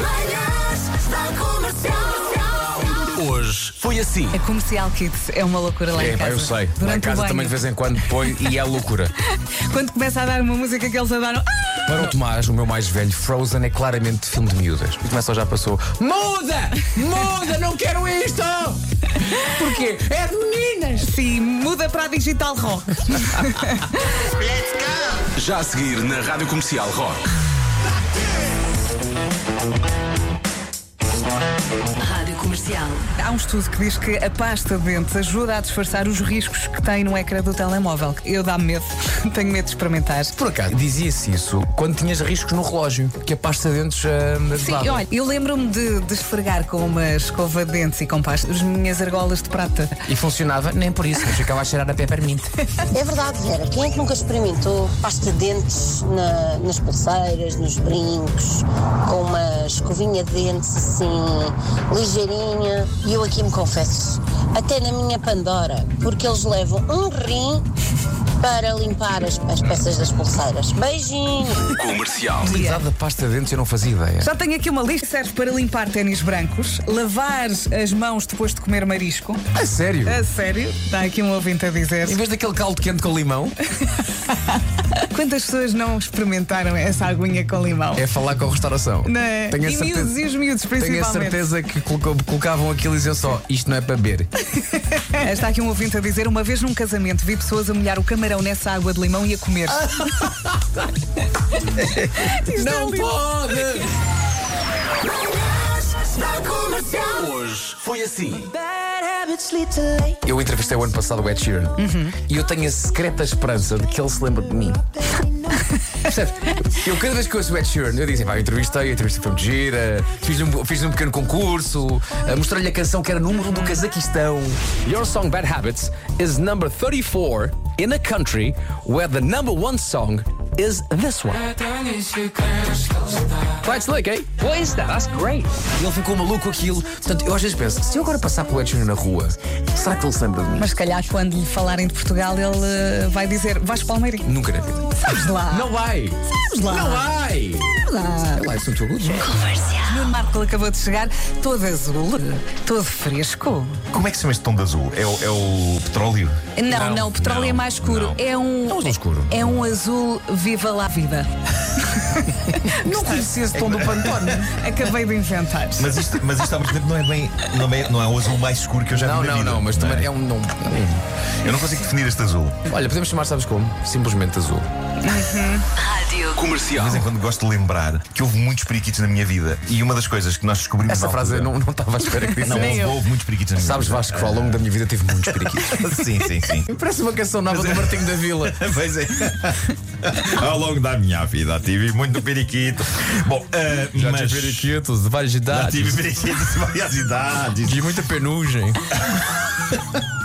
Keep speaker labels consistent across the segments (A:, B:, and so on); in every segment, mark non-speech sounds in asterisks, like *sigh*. A: Manhãs da Comercial.
B: Hoje foi assim.
C: A Comercial Kids é uma loucura lá
D: É,
C: em
D: pá,
C: casa.
D: eu sei. Lá em
C: Durante o
D: casa
C: banho,
D: também de vez em quando põe e é *laughs* loucura.
C: Quando começa a dar uma música que eles adoram. Ah!
D: Para o Tomás, o meu mais velho, Frozen é claramente filme de miúdas. E começa já passou. Muda! Muda! Não quero isto! Porquê? É de meninas!
C: Sim, muda para a digital rock.
B: Já a seguir na Rádio Comercial Rock.
E: Rádio Comercial.
C: Há um estudo que diz que a pasta de dentes ajuda a disfarçar os riscos que tem no ecrã do telemóvel. Eu dá-me medo. *laughs* Tenho medo de experimentar.
D: Por acaso, dizia-se isso quando tinhas riscos no relógio, que a pasta de dentes ah,
C: Sim,
D: ajudava.
C: olha, eu lembro-me de, de esfregar com uma escova de dentes e com pasta as minhas argolas de prata.
D: E funcionava, nem por isso, mas ficava a cheirar
C: *laughs*
D: a peppermint.
F: É verdade, Vera. Quem é que nunca experimentou pasta de dentes na- nas pulseiras, nos brincos, com uma escovinha de dentes assim, ligeirinha? E eu aqui me confesso, até na minha Pandora, porque eles levam um rim para limpar as, as peças das pulseiras. Beijinho!
B: Comercial.
D: Utilidade da pasta de dentes eu não fazia ideia.
C: Já tenho aqui uma lista que serve para limpar ténis brancos, lavar as mãos depois de comer marisco.
D: A sério?
C: A sério? Está aqui um ouvinte a dizer.
D: Em vez daquele caldo quente com limão,
C: Quantas pessoas não experimentaram essa aguinha com limão?
D: é falar com a restauração.
C: Não é?
D: Tenho a
C: e miúdos, e os miúdos,
D: Tenho a
C: principalmente.
D: certeza que colocou- colocavam aquilo e diziam só: isto não é para beber.
C: Está aqui um ouvinte a dizer: uma vez num casamento vi pessoas a molhar o camarão nessa água de limão e a comer. *laughs* Isto é lindo.
D: Ah. pode!
A: Manhãs da Comercial.
B: Hoje foi assim.
D: Eu entrevistei o ano passado o Ed Sheeran e eu tenho a secreta esperança de que ele se lembre de mim. Percebes? eu cada vez que ouço o Ed Sheeran, eu disse, pá, eu entrevistei, a entrevista foi muito gira, fiz um, fiz um pequeno concurso, ah, mostrei-lhe a canção que era número um do Cazaquistão. Your song Bad Habits is number 34 in a country where the number one song is this one. Quite slick, eh? E ele ficou maluco com aquilo. Portanto, eu às vezes penso, se eu agora passar pelo Ed Sheeran na rua, será que ele se lembra de mim?
C: Mas se calhar quando lhe falarem de Portugal, ele eh, vai dizer: vais Palmeirinho.
D: Nunca na vida.
C: Vamos lá.
D: Não vai!
C: Vamos lá.
D: Não vai!
C: lá.
D: Vai, são todos.
C: Nuno Marco acabou de chegar, todo azul, todo fresco.
G: Como é que se chama este tom de azul? É o, é o petróleo?
C: Não, não, o petróleo
G: não,
C: é mais escuro.
G: não.
C: É um.
D: É um azul escuro.
C: É um azul viva lá
G: *laughs*
C: vida.
D: Não conheci esse tom do pantone.
C: Acabei de inventar.
G: É Mas isto, mas isto ao mesmo tempo não é bem. Não é, não é o azul mais escuro que eu já
D: Não,
G: vi. na
D: não,
G: vida,
D: não, mas também
G: é?
D: é um nome.
G: Eu não consigo definir este azul. De
D: Olha, podemos chamar, sabes como? Simplesmente azul.
E: Rádio.
B: Comercial.
G: vez em quando gosto de lembrar que houve muitos periquitos na minha vida. E uma das coisas que nós descobrimos.
D: Essa
G: na
D: frase eu
G: altura-
D: não não estava à espera que
G: Não,
D: dissesse.
G: houve,
C: eu.
G: houve muitos periquitos na minha
D: Sabes,
G: vida.
D: Vasco, ao longo da minha vida tive muitos periquitos.
G: sim, sim, sim.
D: *laughs* Parece uma canção nova do Martinho da Vila.
G: Pois é. *laughs* Ao longo da minha vida tive muito periquito. Bom, ah, mas.
D: periquitos de várias
G: Já tive periquitos de várias idades.
D: E muita penugem.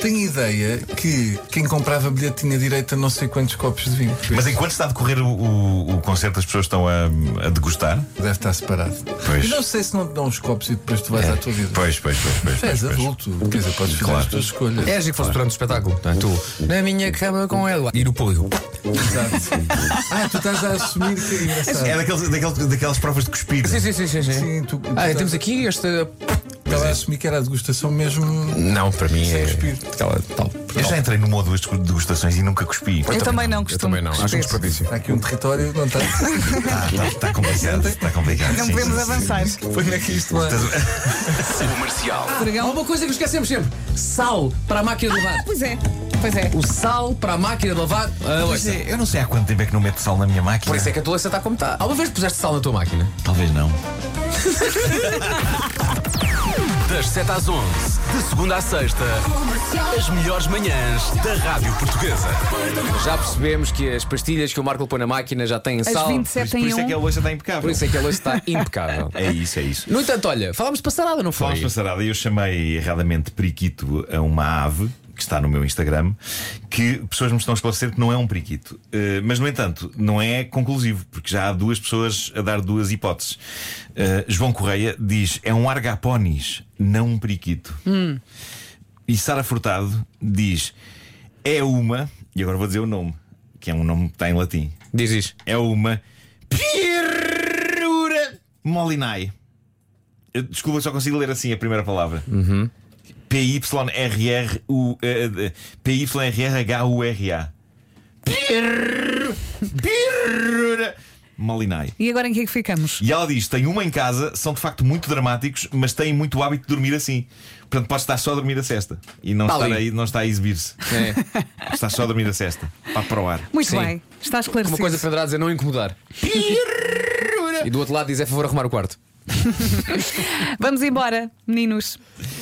H: Tenho ideia que quem comprava bilhete tinha direito a não sei quantos copos de vinho.
G: Mas enquanto está a decorrer o, o- o concerto, as pessoas estão a, a degustar?
H: Deve estar separado.
G: Pois.
H: Não sei se não te dão uns copos e depois tu vais à tua vida.
G: Pois, pois, pois, pois.
H: Tu
G: pois,
H: és
G: pois.
H: adulto, quer dizer, podes fazer
G: Claro.
H: as tuas escolhas.
D: É agir que fosse durante o espetáculo. não é? Tu, na minha cama com ela. Ir o polio.
H: Ah, tu estás a assumir que *laughs* é engraçado.
G: É daqueles, daqueles- daquelas provas de cuspir.
D: Sim, sim, sim, sim. sim.
H: Sim, tu, tu
D: Ah,
H: estás-
D: temos aqui este.
H: estava a assumir que era a degustação mesmo.
D: Não, para mim é.
H: cuspir.
D: Aquela tal.
G: Eu já entrei numa ou duas degustações e nunca cuspi.
D: É
C: Eu, também não
D: Eu
C: costumo.
D: também não, acho um
C: cuspir.
D: desperdício.
H: Há aqui um território, não está?
G: Está Tá, complicado. Está complicado.
C: Não
G: sim,
C: podemos
G: sim, sim.
C: avançar.
H: Põe
D: é
H: aqui isto lá.
B: Comercial.
D: Há
C: Dragão.
D: uma coisa que esquecemos sempre: sal para a máquina de
C: Ah,
D: lavar.
C: pois é, pois é.
D: O sal para a máquina de lavar. Ah,
G: Pois
D: louça.
G: é, Eu não sei há quanto tempo é que não meto sal na minha máquina.
D: Por isso é que a tua louça está como está. Alguma vez puseste sal na tua máquina?
G: Talvez não.
B: Das 7 às 11, de segunda à sexta, as melhores manhãs da Rádio Portuguesa.
D: Já percebemos que as pastilhas que o Marco põe na máquina já têm
C: As 27 em
D: é
C: 1.
G: louça está impecável.
D: um. Por isso é que a louça está impecável.
G: É isso, é isso.
D: No entanto, olha, falámos de passarada, não
G: Falámos
D: foi?
G: passarada e eu chamei erradamente periquito a uma ave. que está no meu Instagram, que pessoas me estão a esclarecer que não é um periquito. Eh, mas, no entanto, não é conclusivo, porque já há duas pessoas a dar duas hipóteses. Eh, João Correia diz: é um argaponis, não um periquito. E Sara Furtado diz: é uma, e agora vou dizer o nome, que é um nome que está em latim
D: Diz, diz.
G: é uma pirrura molinai. Eu, desculpa, só consigo ler assim a primeira palavra.
D: Uhum.
G: P-Y-R-R-U. eh, eh, P-Y-R-R-H-U-R-A. Pirr- Pirrura molinai.
C: E agora em que é que ficamos?
G: E ela diz: tem uma em casa, são de facto muito dramáticos, mas têm muito hábito de dormir assim. Portanto, pode estar só a dormir a cesta e não,
D: Tá
G: estar
D: ali.
G: aí, não está a exibir-se.
D: É.
G: Está só a dormir a cesta. Para provar.
C: Muito
D: Sim.
C: bem, está esclarecido.
D: Uma coisa que Andrade diz é não incomodar. E do outro lado diz é favor arrumar o quarto.
C: Vamos embora, meninos.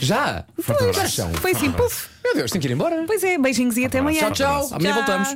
D: Já! Forte abraço.
C: Foi assim, puf.
D: Meu Deus, tenho que ir embora.
C: Pois é, beijinhos e até amanhã.
D: Tchau, tchau. Amanhã voltamos.